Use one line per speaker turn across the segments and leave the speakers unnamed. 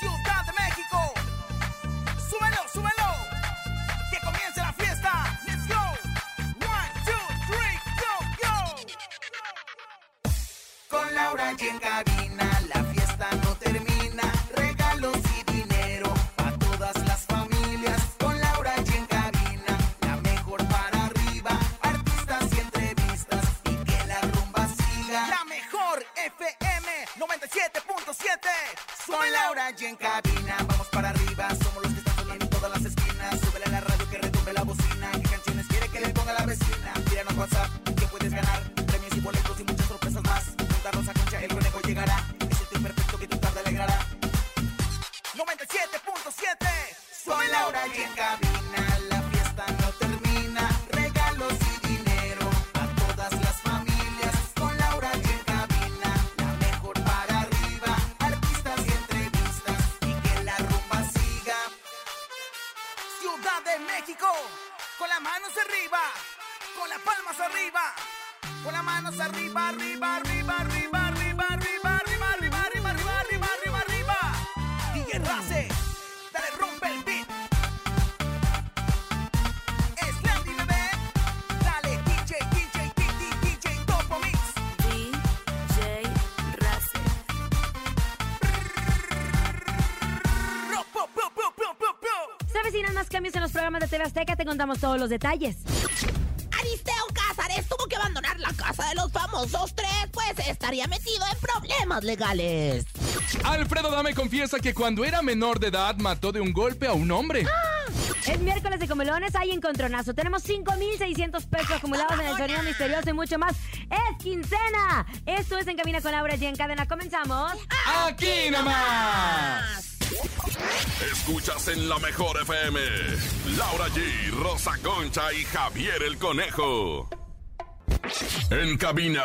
Ciudad de México, súbelo, súbelo. Que comience la fiesta. Let's go. One, two, three, go, go. Con Laura y en cabina, la fiesta no termina. Regalos y dinero a todas las familias. Con Laura y en cabina, la mejor para arriba. Artistas y entrevistas y que la rumba siga. La mejor FM 97.7. Soy Laura y en cabina, vamos para arriba. Somos los que están sonando en todas las esquinas. Súbele a la radio que retumbe la bocina. ¿Qué canciones quiere que le ponga la vecina? Tíranos WhatsApp que puedes ganar. Premios y boletos y muchas sorpresas más. Junta Rosa Concha, el conejo llegará. Es el trío perfecto que tu tarde alegrará. 97.7 Soy Laura y en cabina La fiesta no termina Regalos y dinero A todas las familias Con Laura y en cabina La mejor para arriba Artistas y entrevistas Y que la rumba siga Ciudad de México Con las manos arriba Con las palmas arriba Con las manos arriba, arriba, arriba, arriba, arriba, arriba, arriba, arriba, arriba, arriba, arriba, arriba, arriba. DJ Race, dale rompe el beat. Slandy bebé, dale DJ, DJ, DJ, DJ, Topo Mix.
DJ Race.
Ro, po, po, po, po, po, po.
Se avecinan más cambios en los programas de TV Azteca, te contamos todos los detalles.
Aristeo Cázares tuvo que abandonar la casa de los famosos tres, pues estaría metido en problemas legales.
Alfredo Dame confiesa que cuando era menor de edad mató de un golpe a un hombre.
Es miércoles de comelones, hay encontronazo. Tenemos 5.600 pesos acumulados en el sonido misterioso y mucho más. ¡Es quincena! Esto es En Cabina con Laura G. En cadena, comenzamos.
¡Aquí nomás!
Escuchas en la mejor FM. Laura G, Rosa Concha y Javier el Conejo. En cabina,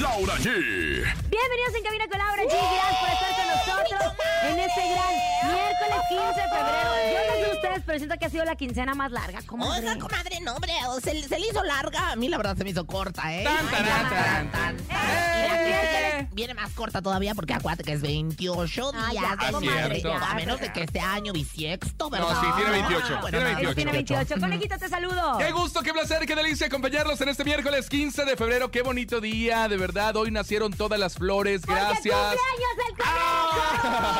Laura G.
Bienvenidos a En Cabina con Laura G. Gracias por estar con nosotros en este gran miércoles 15 de febrero. Yo no sé ustedes, pero siento que ha sido la quincena más larga. ¿Cómo
Oiga, comadre, no, hombre, o se, se le hizo larga. A mí la verdad se me hizo corta, ¿eh?
Tan, tan,
Ay,
tan, tan.
Y la
¡Eh!
miércoles viene más corta todavía porque acuérdate que es 28
Ah,
días
ya,
de
es
madre.
cierto.
A menos de que este año bisiesto, ¿verdad? Ah,
sí, tiene 28,
Bueno,
tiene
no,
28.
Tiene 28. Conejita, te saludo.
¡Qué gusto, qué placer, qué delicia acompañarlos en este miércoles 15 de febrero! ¡Qué bonito día! De verdad, hoy nacieron todas las flores. Gracias.
¡Cumpleaños el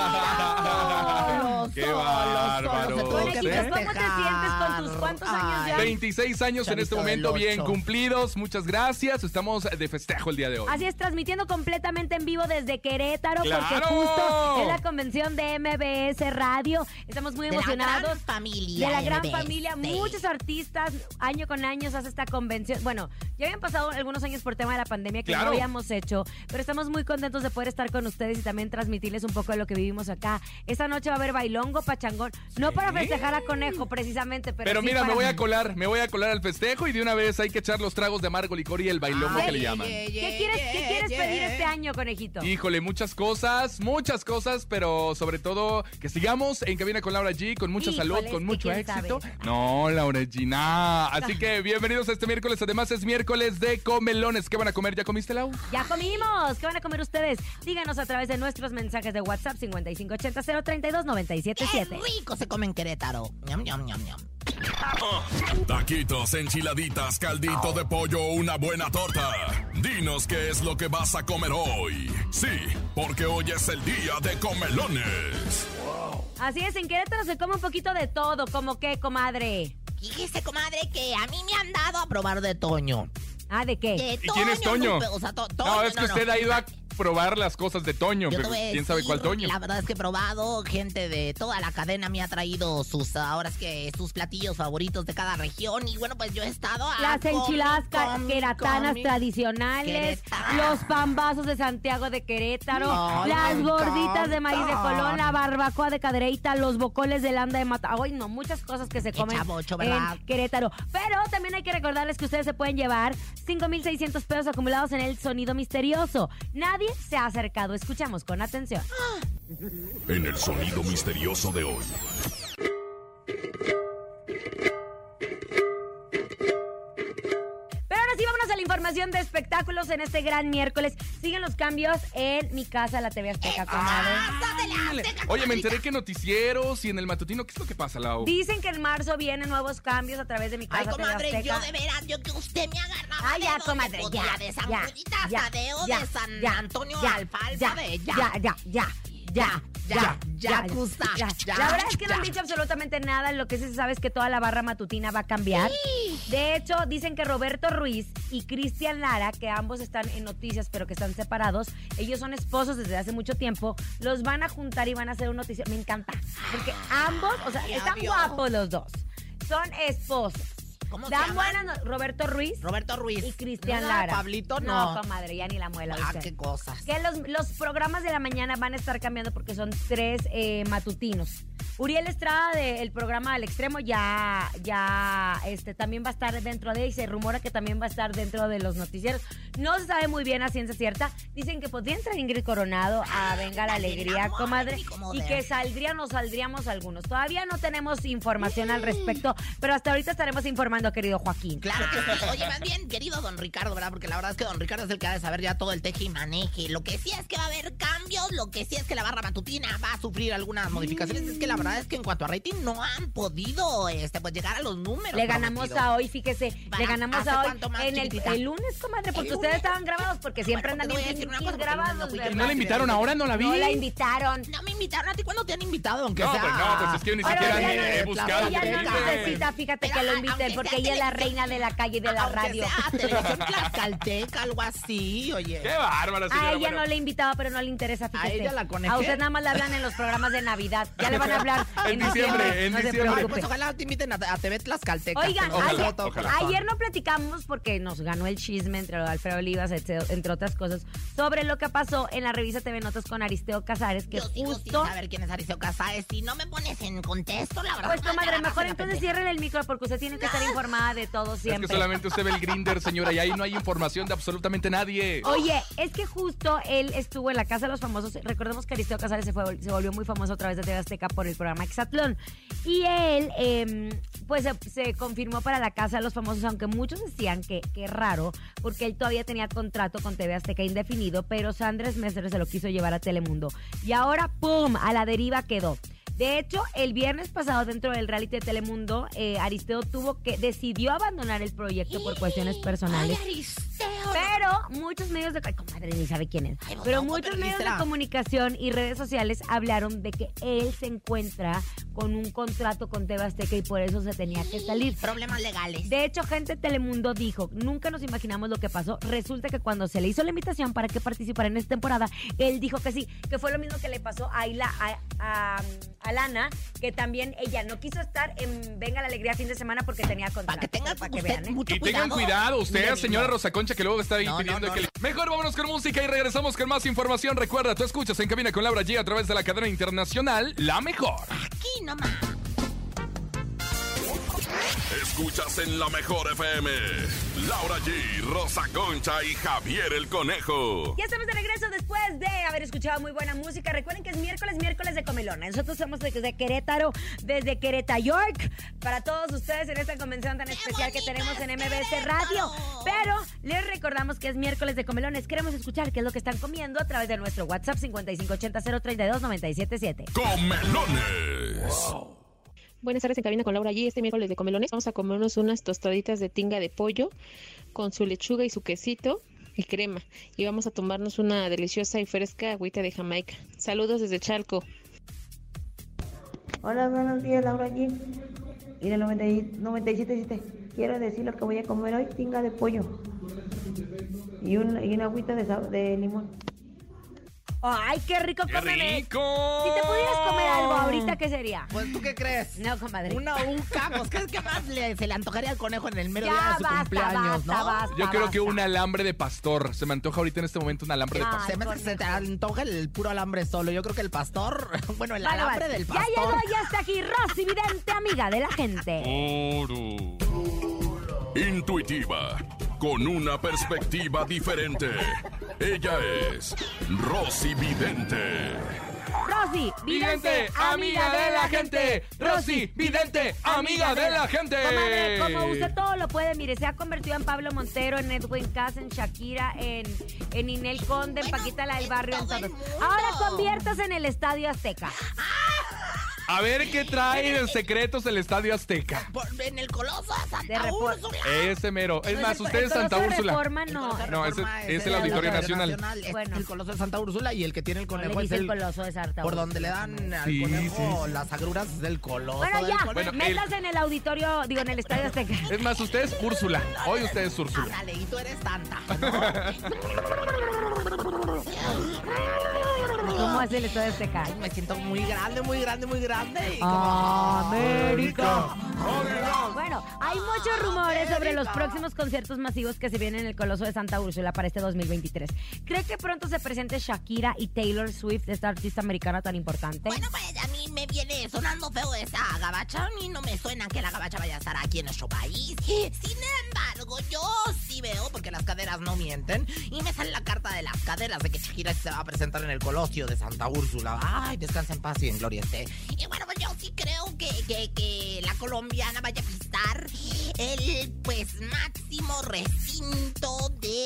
¡Ah!
conejo!
Solo,
¡Qué
solo,
bárbaros!
solo se tuvo que
Conejitos, ¿cómo te sientes
festejar.
con tus cuántos años ya?
26 años en
Chavito
este momento,
del
bien
ocho.
cumplidos. Muchas gracias. Estamos de festejo el día de hoy.
Así es, transmitiendo completamente en vivo desde Querétaro, porque
¡Claro!
justo es la convención de MBS Radio. Estamos muy
De la
emocionados.
gran familia. este
De la gran
MBS.
familia, muchos artistas, año con año se hace esta convención. Bueno, ya habían pasado algunos años por tema de la pandemia que
Claro.
no habíamos hecho, pero estamos muy contentos de poder estar con ustedes y también transmitirles un poco de lo que vivimos acá. Esta noche va a haber bailongo, pachangón, no para festejar a Conejo precisamente, pero,
Pero,
sí
mira,
para-
me voy a colar, me voy a colar al festejo y de una vez hay que echar los tragos de amargo licor y el bailongo
Ay,
que le
ye,
llaman.
¿Qué quieres, qué quieres pedir este año, Conejito?
Híjole, muchas cosas, muchas cosas, pero sobre todo que sigamos en Cabina con Laura G, con mucha
Híjole,
salud,
es
con
que
mucho
quién
éxito.
sabe.
No, Laura G, nada. Así que bienvenidos a este miércoles. Además, es miércoles de comelones. ¿Qué van a comer? ¿Ya comiste, Lau?
Ya comimos. ¿Qué van a comer ustedes? Díganos a través de nuestros mensajes de WhatsApp 5580 032
¡Qué
977.
rico se come en Querétaro! ¡Ñam, ñam, ñam, ñam!
Taquitos, enchiladitas, caldito de pollo, una buena torta. Dinos qué es lo que vas a comer hoy. Sí, porque hoy es el día de comelones.
Así es, en Querétaro se come un poquito de todo, como que, comadre.
Fíjese, comadre, que a mí me han dado a probar de Toño.
Ah, ¿de qué?
De
¿Y quién es Toño?
Lupe, o sea, to- Toño,
No, es que usted ha ido a probar las cosas de Toño.
Yo te
pero
voy a
¿Quién sabe
decir,
cuál Toño?
La verdad es que he probado, gente de toda la cadena me ha traído sus, ahora es que sus platillos favoritos de cada región. Y bueno, pues yo he estado a.
Las
comi,
enchiladas ca-
comi,
queratanas
comi.
tradicionales,
Querétaro.
los pambazos de Santiago de Querétaro,
Ay,
las
me
gorditas de maíz de
encantan.
Colón, la barbacoa de Cadereyta, los bocoles de Landa de Mata. Ay, no, muchas cosas que se
Qué
comen
chavocho, ¿verdad?
en Querétaro. Pero también hay que recordarles que ustedes se pueden llevar 5.600 pesos acumulados en el sonido misterioso. Nadie se ha acercado. Escuchamos con atención.
En el sonido misterioso de hoy.
Pero ahora sí, vámonos a la información de espectáculos en este gran miércoles. Siguen los cambios en mi casa, la TV
Ah,
Azteca, comadre.
Oye, me enteré que en noticieros y en el matutino, ¿qué es lo que pasa, Lau?
Dicen que en marzo vienen nuevos cambios a través de mi casa.
Ay, comadre,
TV
yo
Azteca.
de veras, yo que usted me agarraba
Ah,
de
ya,
donde
comadre,
podía,
ya.
de
ya,
Zambullita
ya,
hasta Deo,
ya,
de San
ya,
Antonio,
ya,
Alfalfa,
ya,
de
ya, ya, ya, ya.
Ya,
Ya,
ya,
ya,
Yakuza,
ya.
ya,
La verdad es que no han
ya.
dicho absolutamente nada. Lo que sí se sabe es que toda la barra matutina va a cambiar. De hecho, dicen que Roberto Ruiz y Cristian Lara, que ambos están en noticias pero que están separados, ellos son esposos desde hace mucho tiempo, los van a juntar y van a hacer un noticiero. Me encanta. Porque ambos, o sea,
Ya
están
vio.
guapos los dos. Son esposos.
¿Cómo se
Dan
llaman?
buenas no- Roberto Ruiz
Roberto Ruiz.
y Cristian
No,
Lara.
Pablito, no.
comadre, ya ni la muela.
ah,
usted.
qué cosas.
Que los, los programas de la mañana van a estar cambiando porque son tres eh, matutinos. Uriel Estrada del programa Al Extremo ya, ya este, también va a estar dentro de y se rumora que también va a estar dentro de los noticieros. No se sabe muy bien a ciencia cierta. Dicen que podría entrar Ingrid Coronado
Ah,
a Venga la
Ándale,
Alegría,
amor,
comadre,
mi comadre.
y que saldrían o saldríamos algunos. Todavía no tenemos información
Mm.
al respecto, pero hasta ahorita estaremos informando, querido Joaquín.
Claro que sí. Oye, más bien, querido don Ricardo, ¿verdad? Porque la verdad es que don Ricardo es el que ha de saber ya todo el teje y maneje. Lo que sí es que va a haber cambios, lo que sí es que la barra matutina va a sufrir algunas modificaciones. Es que la verdad es que en cuanto a rating no han podido este, pues, llegar a los números.
Le ganamos
prometidos.
a hoy, fíjese, le
Van,
ganamos
¿hace
a hoy
cuánto más,
en el,
chiquitita?
el lunes, comadre, porque
El
ustedes
lunes.
estaban grabados, porque siempre
Bueno,
andan
te voy a
bien
decir una
pinches
cosa, porque el lunes no
grabados,
fui yo.
¿verdad?
¿No la invitaron ahora? ¿No la vi?
No la invitaron.
No me invitaron a ti. ¿Cuándo te han invitado, aunque
No,
sea?
pues no, pues es que yo ni
Ahora,
siquiera
ya
ni
no-
he buscado.
Ella no
Fíjate.
necesita, fíjate que
Pero,
lo inviten,
aunque
porque
sea
ella es la
televisión-
reina de la calle y de la
Aunque
radio.
sea televisión tlaxcalteca, algo así, oye.
¡Qué bárbara, señora!
A Ah, ella
bueno.
no le invitaba, pero no le interesa, fíjese.
ella la conejé.
A usted nada más le hablan en los programas de Navidad. Ya le van a hablar
En
en
diciembre, en
no se
diciembre.
Ay,
preocupe.
pues ojalá te inviten a, a TV Tlaxcalteca.
Oigan,
Te lo deseo
Ojalá,
de todo
ojalá.
corazón.
Ayer no platicamos porque nos ganó el chisme entre Alfredo Olivas, etc- entre otras cosas, sobre lo que pasó en la revista TV Notas con Aristeo Casares, que
Yo sigo sin
justo.
saber quién es Ariceo Casares. Si no me pones en contexto, la verdad.
Pues comadre,
madre,
mejor entonces cierren el micro porque usted tiene que estar informada de todo
Es que
siempre.
solamente usted ve el grinder, señora, y ahí no hay información de absolutamente nadie.
Oye, es que justo él estuvo en la Casa de los Famosos. Recordemos que Aristeo Casares se, fue, se volvió muy famoso a través de TV Azteca por el programa Exatlón. Y él, eh, pues, se, se confirmó para la Casa de los Famosos, aunque muchos decían que, que raro, porque él todavía tenía contrato con TV Azteca indefinido, pero Sandres Mestre se lo quiso llevar a Telemundo. Y ahora, ¡pum!, a la deriva quedó. De hecho, el viernes pasado, dentro del reality de Telemundo, eh, Aristeo tuvo que decidió abandonar el proyecto por cuestiones personales.
Ay, Aristeo.
Pero muchos medios de... Ay, comadre, ni sabe quién es.
Ay,
Pero
no,
muchos
comadre,
medios de
Isra.
comunicación y redes sociales hablaron de que él se encuentra con un contrato con TV Azteca y por eso se tenía que salir.
Problemas legales.
De hecho, gente de Telemundo dijo, nunca nos imaginamos lo que pasó. Resulta que cuando se le hizo la invitación para que participara en esta temporada, él dijo que sí, que fue lo mismo que le pasó a, Aila- a, a- a Lana, que también ella no quiso estar en Venga la Alegría fin de semana porque tenía contrato.
Para que tenga
Para
usted
vean, ¿eh?
mucho
Y tengan cuidado, usted,
Miren,
señora
no.
Rosa Concha, que luego está ahí
No, no,
pidiendo
no,
que le- Mejor vámonos con música y regresamos con más información. Recuerda, tú escuchas en Cabina con Laura G a través de la cadena internacional La Mejor.
Aquí nomás.
Escuchas en la mejor FM. Laura G, Rosa Concha y Javier el Conejo.
Ya estamos de regreso después de haber escuchado muy buena música. Recuerden que es miércoles, miércoles de Comelona. Nosotros somos desde Querétaro, desde Querétaro, York, para todos ustedes en esta convención tan especial que
bonito
tenemos
es
en MBS
Querétaro!
Radio. Pero les recordamos que es miércoles de Comelones. Queremos escuchar qué es lo que están comiendo a través de nuestro WhatsApp 5580-032-977.
Comelones.
Buenas tardes en cabina con Laura G. Este miércoles de comelones vamos a comernos unas tostaditas de tinga de pollo con su lechuga y su quesito y crema. Y vamos a tomarnos una deliciosa y fresca agüita de Jamaica. Saludos desde Chalco.
Hola, buenos días, Laura G. Y del 97.7. Quiero decir lo que voy a comer hoy, tinga de pollo. Y, un- y una agüita de, sa- de limón.
Ay, qué rico
¡Qué
comer. ¿eh?
rico!
Si te pudieras comer algo ahorita, ¿qué sería?
Pues, ¿tú qué crees?
No, comadre.
Una uca, pues ¿qué, qué más le, se le antojaría al conejo en el mero día
ya
de su
basta,
cumpleaños,
basta,
no?
basta.
Yo creo que
basta.
un alambre de pastor. Se me antoja ahorita en este momento un alambre de
Ah,
pastor.
Se me hace que se te antoja el puro alambre solo. Yo creo que el pastor, bueno, el
Vale,
alambre
vale.
del
Ya llegó,
pastor.
ya está aquí. Rosy Vidente, amiga de la gente.
Intuitiva, con una perspectiva diferente. Ella es Rosy Vidente.
Rosy Vidente, amiga de la gente. Rosy
vidente,
amiga de la Comadre, como usted todo lo puede, mire, se ha convertido en Pablo Montero, en Edwin Cass, en Shakira, en, en Inel Conde, en
Bueno,
Paquita la del
en
Barrio, en
todo el
todos.
mundo.
Ahora conviértase en el Estadio Azteca.
A ver qué trae en secretos el Estadio Azteca.
Por- en el coloso de
De
Santa
repor-
Úrsula.
Ese mero. Es
No,
más,
es el-
ustedes
Entonces,
Santa
¿se
Úrsula.
Reforma,
El Coloso
no.
de
No, ese-
Reforma
es el
de Auditorio
Auditorio Nacional.
Es
Bueno.
El coloso de Santa Úrsula y el que tiene el
No le
conejo es
dice el
el...
coloso de Sarta.
Por donde le dan al
Sí,
conejo
sí, sí.
las agruras del coloso.
Bueno,
del
ya,
conejo.
Bueno, el-
métase en el auditorio, digo, en el Estadio Azteca.
Es más, ustedes Úrsula. Hoy ustedes Úrsula.
Ándale, y tú eres Santa. ¿no?
¿Cómo hace el Estadio Azteca?
Ay, me siento muy grande, muy grande, muy grande. y como-
América. Bueno,
Ah,
hay muchos rumores sobre los próximos conciertos masivos que se vienen en el Coloso de Santa Úrsula para este 2023. ¿Cree que pronto se presente Shakira y Taylor Swift, esta artista americana tan importante?
Bueno, pues a mí me viene sonando feo esa gabacha. A mí no me suena que la gabacha vaya a estar aquí en nuestro país. Sin embargo, yo sí veo, porque las caderas no mienten, y me sale la carta de las caderas de que Shakira se va a presentar en el Colosio de Santa Úrsula. Ay, descansa en paz y en gloria esté. Y bueno, pues yo sí creo que, que- que la colombiana vaya a pisar el pues máximo recinto de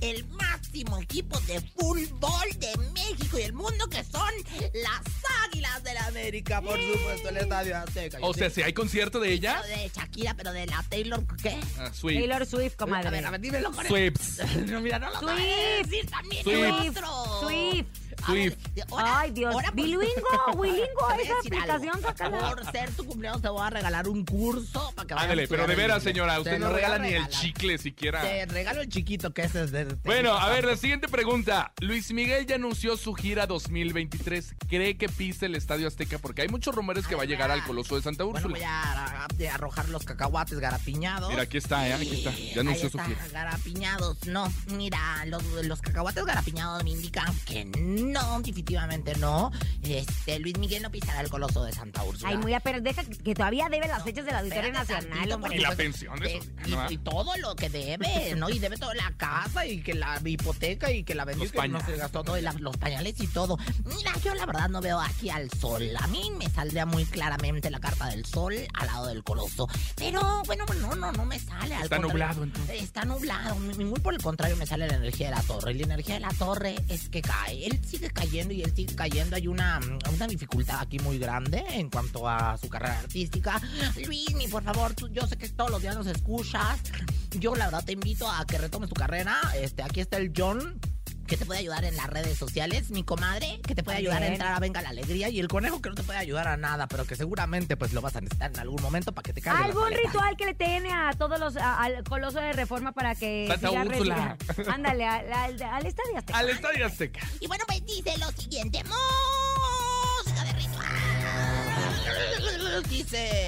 el máximo equipo de fútbol de México y el mundo que son las Águilas del América, por supuesto, el Estadio Azteca.
O sea, si hay concierto de ella,
Pero de Shakira, pero de la Taylor, ¿qué?
ah, Swift.
Taylor Swift,
A ver, a
comadre.
ver, dímelo con
Swips.
No, mira, no lo
Swift.
sabes decir también
Swift,
otro.
Swift.
A ver,
Swift.
de- ahora-
Ay, Dios.
ahora por-
Bilingüe, bilingüe,
Te voy a
esa
decir algo.
aplicación, sácala.
Por ser tu cumpleaños te voy a regalar un curso para que vayas a
Ándale, pero
estudiar
de
el
veras,
inglés.
señora,
Te
usted
lo
no
voy a
regala ni el
regalar.
chicle siquiera.
Te regalo el chiquito que ese es de...
Bueno, a ver, la siguiente pregunta. Luis Miguel ya anunció su gira 2023. ¿Cree que pise el Estadio Azteca? Porque hay muchos rumores que va a llegar al Coloso de Santa
Bueno,
Úrsula.
voy a, a- a arrojar los cacahuates garapiñados.
Mira, aquí está, ¿eh? aquí está. Ya anunció
Ahí
su
está,
gira.
Garapiñados, no. Mira, los, los cacahuates garapiñados me indican que no, definitivamente no. Este, Luis Miguel no pisará el coloso de Santa Úrsula.
Ay, muy apenas, deja que- que todavía debe las fechas del Auditorio
Espérate
Nacional,
tantito,
hombre.
porque
Y la
pues,
pensión de
eh,
su-
y-
¿no?
y, todo lo que debe, ¿no? Y debe toda la casa y que la hipoteca y que la vendió
Los
y que no se
pañales.
gastó todo y la- los pañales y todo. Mira, yo la verdad no veo aquí al sol. A mí me saldría muy claramente la carta del sol al lado del coloso. Pero bueno, no, no, no me sale. al
Está
contrario.
nublado, entonces.
Está nublado, ni- muy por el contrario me sale la energía de la torre. Y la energía de la torre es que cae. Él sigue cayendo y él sigue cayendo. Hay una, una dificultad aquí muy grande en cuanto a su carrera artística. Luismi, por favor, tú- yo sé que todos los días nos escuchas. Yo la verdad te invito a que retomes tu carrera. Este, aquí está el John. Que te puede ayudar en las redes sociales, mi comadre, que te puede ayudar a
Bien.
entrar a Venga la Alegría y el conejo que no te puede ayudar a nada, pero que seguramente pues lo vas a necesitar en algún momento para que te cargue la
¿Algún
maleta.
ritual que le tiene a todos los a- al coloso de reforma para que
Santa
siga
Úrsula.
recibiendo? Ándale, al, al, al estadio Azteca.
Al Estadio Azteca.
Y bueno, pues dice lo siguiente. Música de ritual. Dice.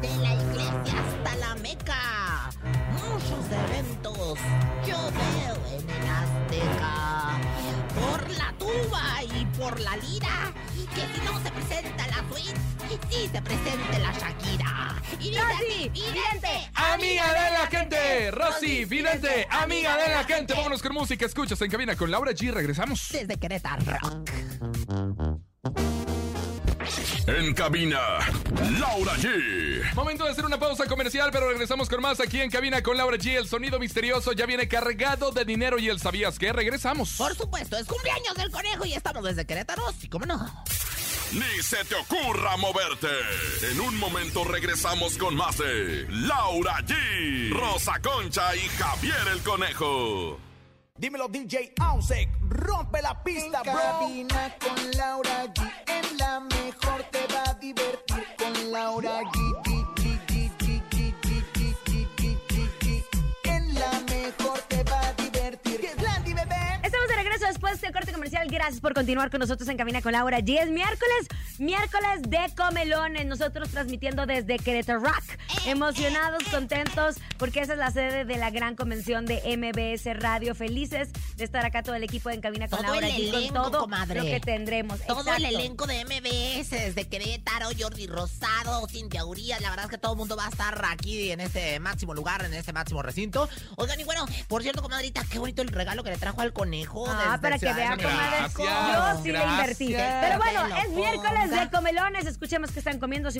De la iglesia hasta la meca. Muchos eventos yo veo en el Azteca. Por la tuba y por la lira. Que si no se presenta la suite, sí se presente la Shakira. Y dice
Rosy,
así,
vidente,
Amiga de la gente, Rosy Vidente, amiga de la gente. Vámonos con música, escuchas en cabina con Laura G. Regresamos.
Desde Querétaro.
En cabina, Laura G.
Momento de hacer una pausa comercial, pero regresamos con más aquí en cabina con Laura G. El sonido misterioso ya viene cargado de dinero y el sabías que regresamos.
Por supuesto, es cumpleaños del conejo y estamos desde Querétaro, sí, cómo no.
Ni se te ocurra moverte. En un momento regresamos con más de Laura G, Rosa Concha y Javier el Conejo.
Dímelo DJ Ausek, rompe la pista,
En cabina con Laura G. En la mejor te va a divertir con Laura G. G, G, G, G, G, G, G, G, G, G, G. En la mejor te va a divertir. ¡Qué plan, bebé!
Estamos de regreso después del corte comercial. gracias por continuar con nosotros en Camina con Laura G. Es miércoles, miércoles de comelones. Nosotros transmitiendo desde Querétaro Rock. Emocionados, contentos, porque esa es la sede de la gran convención de MBS Radio. Felices de estar acá todo el equipo en Camina con
Todo el
Laura G. Con
elenco,
todo
comadre.
lo que tendremos.
Todo el
Exacto.
elenco de MBS, desde Querétaro, Jordi Rosado, Cintia Urías, la verdad es que todo el mundo va a estar aquí en este máximo lugar, en este máximo recinto. Oigan, y bueno, por cierto, comadrita, qué bonito el regalo que le trajo al conejo.
Ah,
desde
para que
Ciudad de
vean,
México.
comadre,
Gracias,
yo sí le invertí.
gracias.
Pero bueno,
Qué
es
locura.
miércoles de comelones. Escuchemos que están comiendo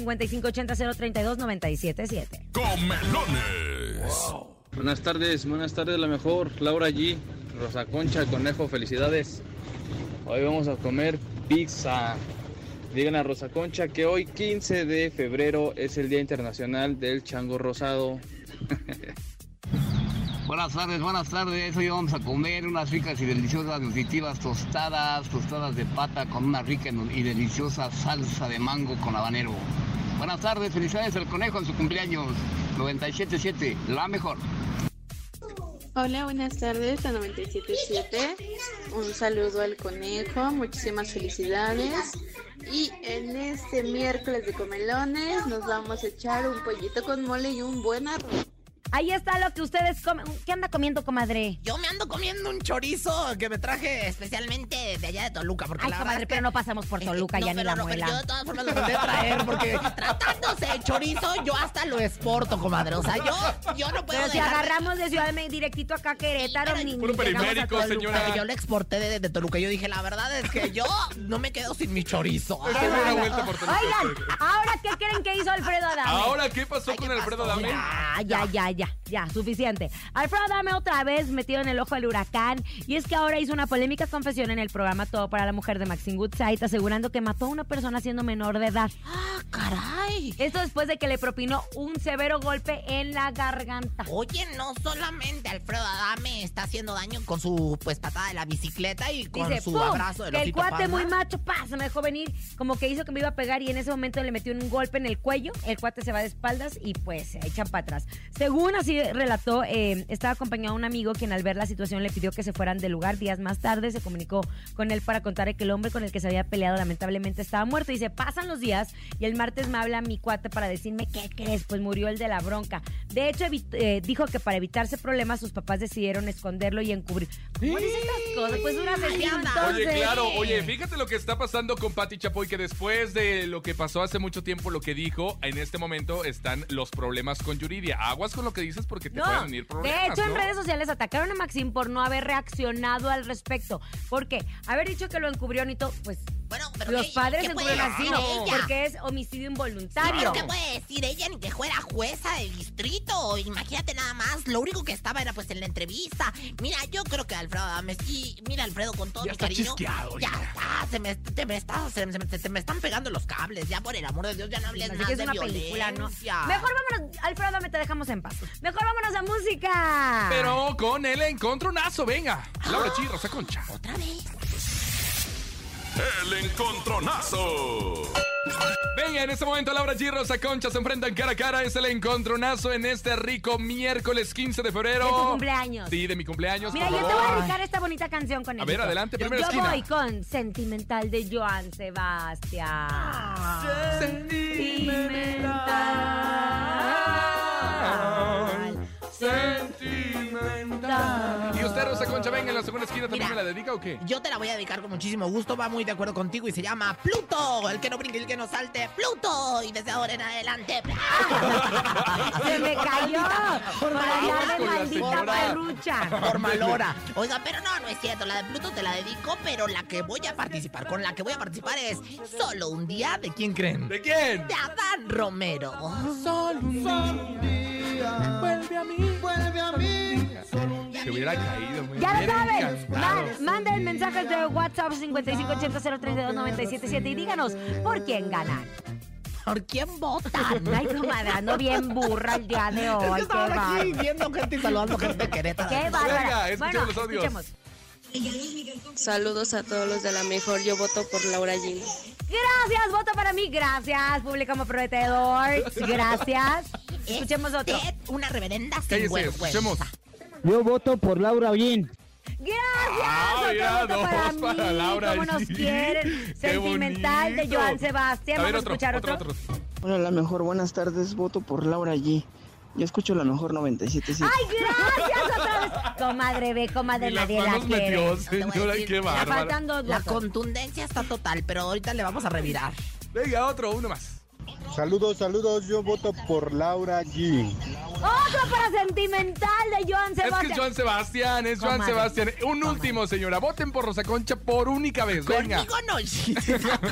5580-032-977.
Comelones.
Buenas tardes, buenas tardes, la mejor. Laura G, Rosa Concha, Conejo, felicidades. Hoy vamos a comer pizza. Digan a Rosa Concha que hoy 15 de febrero es el Día Internacional del Chango Rosado.
Buenas tardes, buenas tardes. Hoy vamos a comer unas ricas y deliciosas, nutritivas tostadas, tostadas de pata con una rica y deliciosa salsa de mango con habanero. Buenas tardes, felicidades al conejo en su cumpleaños. 977, la mejor.
Hola, buenas tardes, la 977. Un saludo al conejo, muchísimas felicidades. Y en este miércoles de comelones nos vamos a echar un pollito con mole y un buen arroz.
Ahí está lo que ustedes comen. ¿Qué anda comiendo, comadre?
Yo me ando comiendo un chorizo que me traje especialmente de allá de Toluca, porque
Ay,
la
comadre,
verdad es que-
pero no pasamos por Toluca,
Este, No,
ya ni
pero
la
no, pero yo
muela.
de todas formas lo mandé a traer porque tratándose de chorizo, yo hasta lo exporto, comadre. O sea, yo, yo no puedo
Pero si
dejar de-
agarramos de Ciudad de México directito acá a Querétaro, ni,
Puro
ni llegamos a
periférico,
Toluca.
señora.
Pero yo lo exporté desde Toluca. Yo dije, la verdad es que yo no me quedo sin mi chorizo.
Dame una vuelta por Toluca.
Oigan, ¿ahora qué creen que hizo Alfredo Adame?
Ahora, ¿qué pasó con Alfredo Dame?
Ya, ya, ya, ya, ya, suficiente. Alfredo Dame otra vez metido en el ojo del huracán. Y es que ahora hizo una polémica confesión en el programa Todo para la Mujer de Maxine Goodside, asegurando que mató a una persona siendo menor de edad.
Ah, caray.
Esto después de que le propinó un severo golpe en la garganta.
Oye, no solamente Alfredo Adame está haciendo daño con su pues patada de la bicicleta y con
Dice,
su
"Pum",
abrazo de
que
los
el cuate muy macho, pa, se me dejó venir, como que hizo que me iba a pegar y en ese momento le metió un golpe en el cuello, el cuate se va de espaldas y pues se echan para atrás. Según así relató, eh, estaba acompañado de un amigo quien al ver la situación le pidió que se fueran del lugar. Días más tarde se comunicó con él para contarle que el hombre con el que se había peleado lamentablemente estaba muerto. Y se pasan los días y el martes me habla mi cuate para decirme, ¿qué crees? Pues murió el de la bronca. De hecho, evi- eh, dijo que para evitarse problemas sus papás decidieron esconderlo y encubrir. ¿Cómo dice estas cosas? Pues una asesino,
anda.
entonces.
Oye, claro, oye, fíjate lo que está pasando con Patti Chapoy, que después de lo que pasó hace mucho tiempo, lo que dijo, en este momento están los problemas con Yuridia. Aguas con lo que dices porque te pueden
No,
venir
de
problemas.
hecho en
¿no?
redes sociales atacaron a Maxim por no haber reaccionado al respecto. ¿Por qué? Haber dicho que lo encubrió y todo, pues
Bueno, pero
los
¿qué-
padres
qué puede
encubrieron así,
decir
¿no?
ella?
Porque es homicidio
Pero
involuntario.
¿qué puede decir ella ni que fuera jueza del distrito? Imagínate nada más, lo único que estaba era pues en la entrevista. Mira, yo creo que Alfredo Adames y mira Alfredo con todo
Ya
mi
está
cariño.
chisqueado,
ya
ya.
está, se me, te me está- se me- se me- te me están pegando los cables, ya por el amor de Dios, ya no hables
Así
más
que es
de
una
violencia.
película, ¿no? Mejor vámonos, Alfredo, me te dejamos en paz. Mejor vámonos a música.
Pero con el encontronazo, venga. Laura G, Rosa Concha.
Otra vez.
El encontronazo.
Venga, en este momento Laura G, Rosa Concha se enfrentan cara a cara. Es el encontronazo en este rico miércoles 15 de febrero.
De tu cumpleaños.
Sí, de mi cumpleaños.
Mira,
por
yo te voy a
favor.
dedicar esta bonita canción con
A
él.
ver, adelante,
yo,
primera
yo
esquina.
voy con Sentimental de Joan Sebastián. Sentimental. Sentimental.
Y usted, Rosa Concha, venga, en la segunda esquina también
Mira.
me la dedica o qué?
Yo te la voy a dedicar con muchísimo gusto, va muy de acuerdo contigo y se llama Pluto, el que no brinque, el que no salte, Pluto. Y desde ahora en adelante.
Se me cayó por hablar de
con la
maldita
señora.
parrucha.
Por malora. Oiga, pero no, no es cierto. La de Pluto te la dedico, pero la que voy a participar, con la que voy a participar es Solo un día de quién creen.
¿De quién?
De Adán Romero.
Que hubiera caído, güey.
Ya lo
Hubiera
saben,
encantado.
man- manden mensajes de WhatsApp 5580032977 y díganos por quién ganan.
¿Por quién votan?
Ay, comadre, ando bien burra el día de
Es que
hoy. qué
estaban
bárbaro.
aquí viendo gente y saludando gente de Querétaro.
Qué bárbara.
escuchemos los audios.
Saludos a todos los de la mejor. Yo voto por Laura G.
Gracias, voto para mí. Gracias, público como prometedor. Gracias.
Es
Escuchemos otro.
usted Una reverenda sin
Cállese,
vergüenza.
escuchemos.
Yo voto por Laura Ollín.
Gracias,
Ah, mira,
Otro voto
dos
para mí,
para Laura
cómo nos
G.
quieren.
Qué
Sentimental de
bonito.
Joan Sebastián.
A
Vamos
ver,
a
otro,
escuchar
otro,
otro.
Hola, la mejor, buenas tardes, voto por Laura G. Yo escucho la mejor 97.7.
¡Ay, gracias otra vez! Comadre, ve, comadre,
Ni las
nadie la
manos
quiere.
metió,
No te voy a
señora,
decir,
qué
ya
bárbara.
faltan dos
La
votos.
contundencia está total, pero ahorita le vamos a revirar.
Venga, otro, uno más.
Saludos, saludos. Yo voto por Laura G.
Otro para sentimental de Joan
Es
Sebastián.
que es Joan Sebastián, es Joan
Comadre.
Sebastián. Un último, señora. Voten por Rosa Concha por única vez. Venga.
Conmigo no.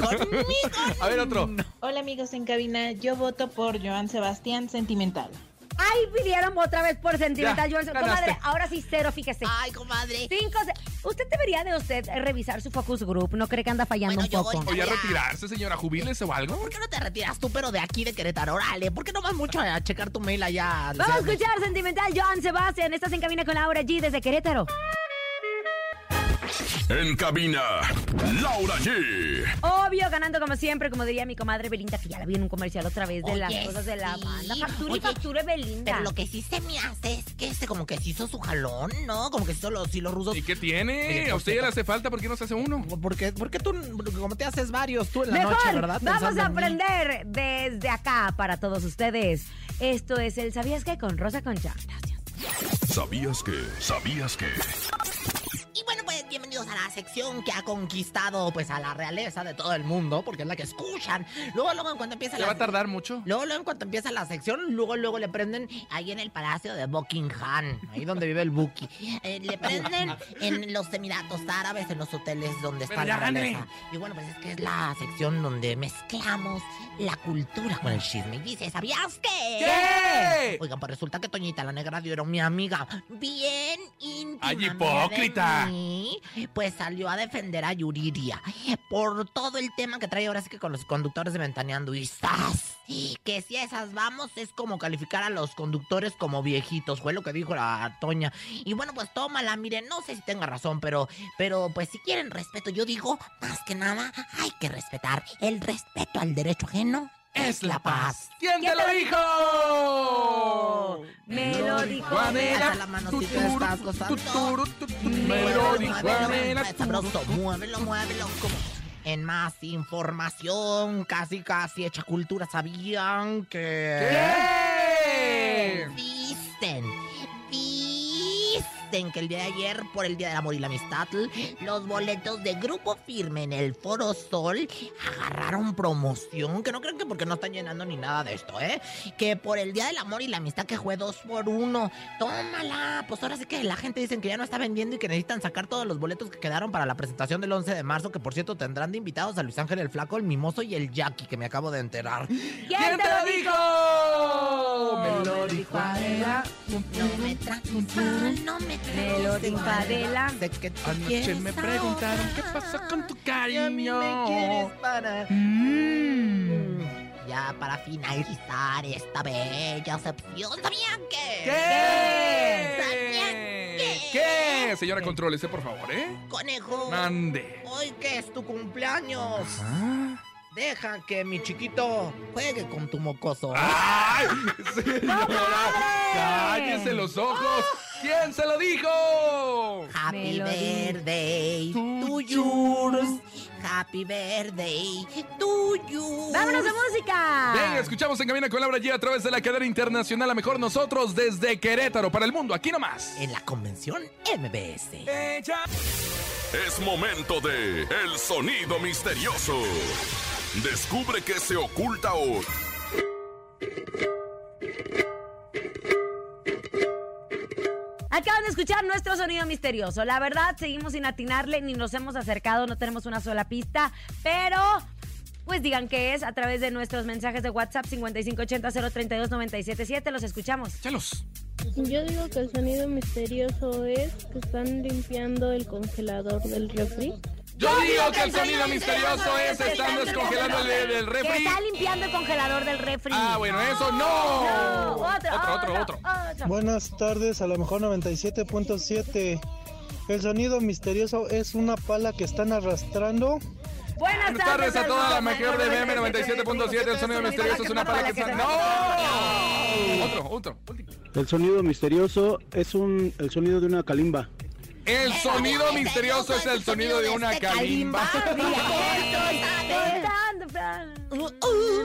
A ver, otro.
Hola amigos en cabina, yo voto por Joan Sebastián Sentimental.
Ay, pidieron otra vez por sentimental
Ya,
Joan Sebastián.
ganaste.
Comadre, ahora sí cero, fíjese.
Ay, comadre.
Cinco. se- Usted debería de usted revisar su focus group. ¿No cree que anda fallando un poco?
O ya retirarse, señora. Jubílese o algo.
¿Por qué no te retiras tú, pero de aquí de Querétaro? Órale, ¿por qué no vas mucho a checar tu mail allá?
Vamos a escuchar sentimental Joan Sebastián. Estás en cabina con Laura G desde Querétaro.
En cabina, Laura G.
Obvio, ganando como siempre, como diría mi comadre Belinda, que ya la vi en un comercial otra vez de las
Oye,
cosas de la
sí.
banda. Factura y
Oye,
factura Belinda.
Pero lo que sí se me hace es que este como que se hizo su jalón, ¿no? Como que se hizo los hilos rusos.
¿Y qué tiene? A usted ya le hace falta, ¿por qué no se hace uno?
Porque, porque tú, porque como te haces varios tú en la
Mejor,
noche, ¿verdad?
vamos
Pensando
a
en mí.
aprender desde acá para todos ustedes. Esto es el ¿Sabías qué? con Rosa Concha.
¿Sabías que? ¿Sabías que?
Y bueno, pues bienvenidos a la sección que ha conquistado pues a la realeza de todo el mundo, porque es la que escuchan. Luego, luego en cuanto empieza
¿Le
la
va a tardar mucho?
Luego, luego en cuanto empieza la sección, luego, luego le prenden ahí en el Palacio de Buckingham, ahí donde vive el Buki. Eh, le prenden en los Emiratos Árabes, en los hoteles donde está
Pero ya
la
gané.
realeza. Y bueno, pues es que es la sección donde mezclamos la cultura con el chisme. Y dice, ¿sabías qué?
¿Qué?
Oigan, pues resulta que Toñita la Negra dio era mi amiga. Bien íntima.
¡Ay,
mía de
hipócrita!
mí, Pues salió a defender a Yuridia por todo el tema que trae ahora sí que con los conductores de Ventaneando y ¡zas! Que si a esas vamos es como calificar a los conductores como viejitos, fue lo que dijo la Toña. Y bueno, pues tómala, miren, no sé si tenga razón, pero, pero pues si quieren respeto, yo digo, más que nada, hay que respetar. El respeto al derecho ajeno es la paz.
¿Quién te lo dijo?
Me lo dijo
Adela.
Adela.
Hasta la manotita estás gozando.
Me lo dijo
Muévelo,
Adela.
muévelo, Sabroso, muévelo, muévelo. como- En más información, casi casi hecha cultura, ¿sabían que...? Dicen, dicen que el día de ayer, por el Día del Amor y la Amistad, los boletos de Grupo Firme en el Foro Sol agarraron promoción, que no creo que porque no están llenando ni nada de esto, ¿eh? Que por el Día del Amor y la Amistad que fue dos por uno. Tómala, pues ahora sí que la gente dicen que ya no está vendiendo y que necesitan sacar todos los boletos que quedaron para la presentación del 11 de marzo, que por cierto tendrán de invitados a Luis Ángel el Flaco, el Mimoso y el Jackie, que me acabo de enterar.
¿Quién te lo dijo? Me lo dijo Adela.
No me traes no me traes
lo dijo Adela.
Sé que tú
Anoche
quieres
me preguntaron qué pasó con tu cariño.
para. Ya para finalizar esta bella sección, ¿sabían que?
¿Qué? ¿Qué? Señora, contrólese, por favor, ¿eh?
Conejo.
Mande.
Hoy que es tu cumpleaños. Deja que mi chiquito juegue con tu mocoso.
Ah. ¡Ay! ¡Cállese los ojos! ¿Quién se lo dijo?
Happy birthday to yours. Happy birthday to yours.
¡Vámonos de música!
Venga, escuchamos en Camina con Laura G a través de la cadena internacional. A mejor nosotros desde Querétaro para el mundo, aquí nomás.
En la convención MBS.
Es momento de El sonido misterioso. Descubre qué se oculta hoy.
Acaban de escuchar nuestro sonido misterioso. La verdad, seguimos sin atinarle, ni nos hemos acercado, no tenemos una sola pista, pero... Pues digan qué es a través de nuestros mensajes de WhatsApp 5580-032-977. Los escuchamos.
¡Chalos!
Yo digo que el sonido misterioso es que están limpiando el congelador del refri.
Yo digo que el sonido misterioso es estando descongelando el del
Que
refri.
está limpiando el congelador del refri.
Ah, bueno, eso
No,
no.
otro,
otro,
otro,
otro.
Buenas tardes, a lo mejor 97.7. El sonido misterioso es una pala que están arrastrando.
Buenas
tardes a toda la mejor de BM 97.7. El sonido misterioso es una pala que está. ¡No! Otro, otro.
El sonido misterioso es un, el sonido de una calimba.
El sonido misterioso es el sonido de
este
una calimba.
Uh,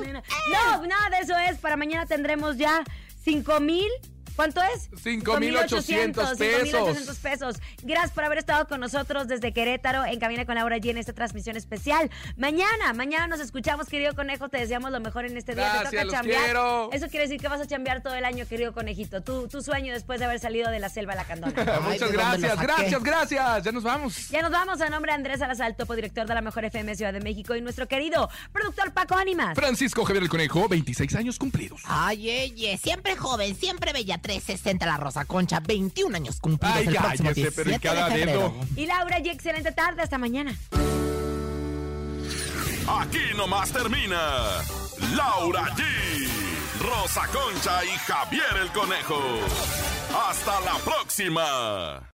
No, nada de eso es. Para mañana tendremos ya 5 mil. ¿Cuánto es?
5,800
5,800 pesos. Gracias por haber estado con nosotros desde Querétaro en Cabina con Laura G en esta transmisión especial. Mañana, mañana nos escuchamos, querido conejo. Te deseamos lo mejor en este día.
Gracias,
Te toca
los
chambear.
quiero.
Eso quiere decir que vas a chambear todo el año, querido conejito. Tu, tu sueño después de haber salido de la selva a la candona.
Muchas gracias, gracias, gracias. Ya nos vamos.
Ya nos vamos a nombre de Andrés Salazar, topo director de la Mejor FM Ciudad de México y nuestro querido productor Paco Ánimas.
Francisco Javier el Conejo, 26 años cumplidos.
Ay, ey, siempre joven, siempre bella, 360 la Rosa Concha, 21 años cumplidos
Ay,
el próximo
cállese, pero
17 de
en cada
febrero.
dedo.
Y Laura G, excelente tarde. Hasta mañana.
Aquí nomás termina. Laura G, Rosa Concha y Javier el Conejo. Hasta la próxima.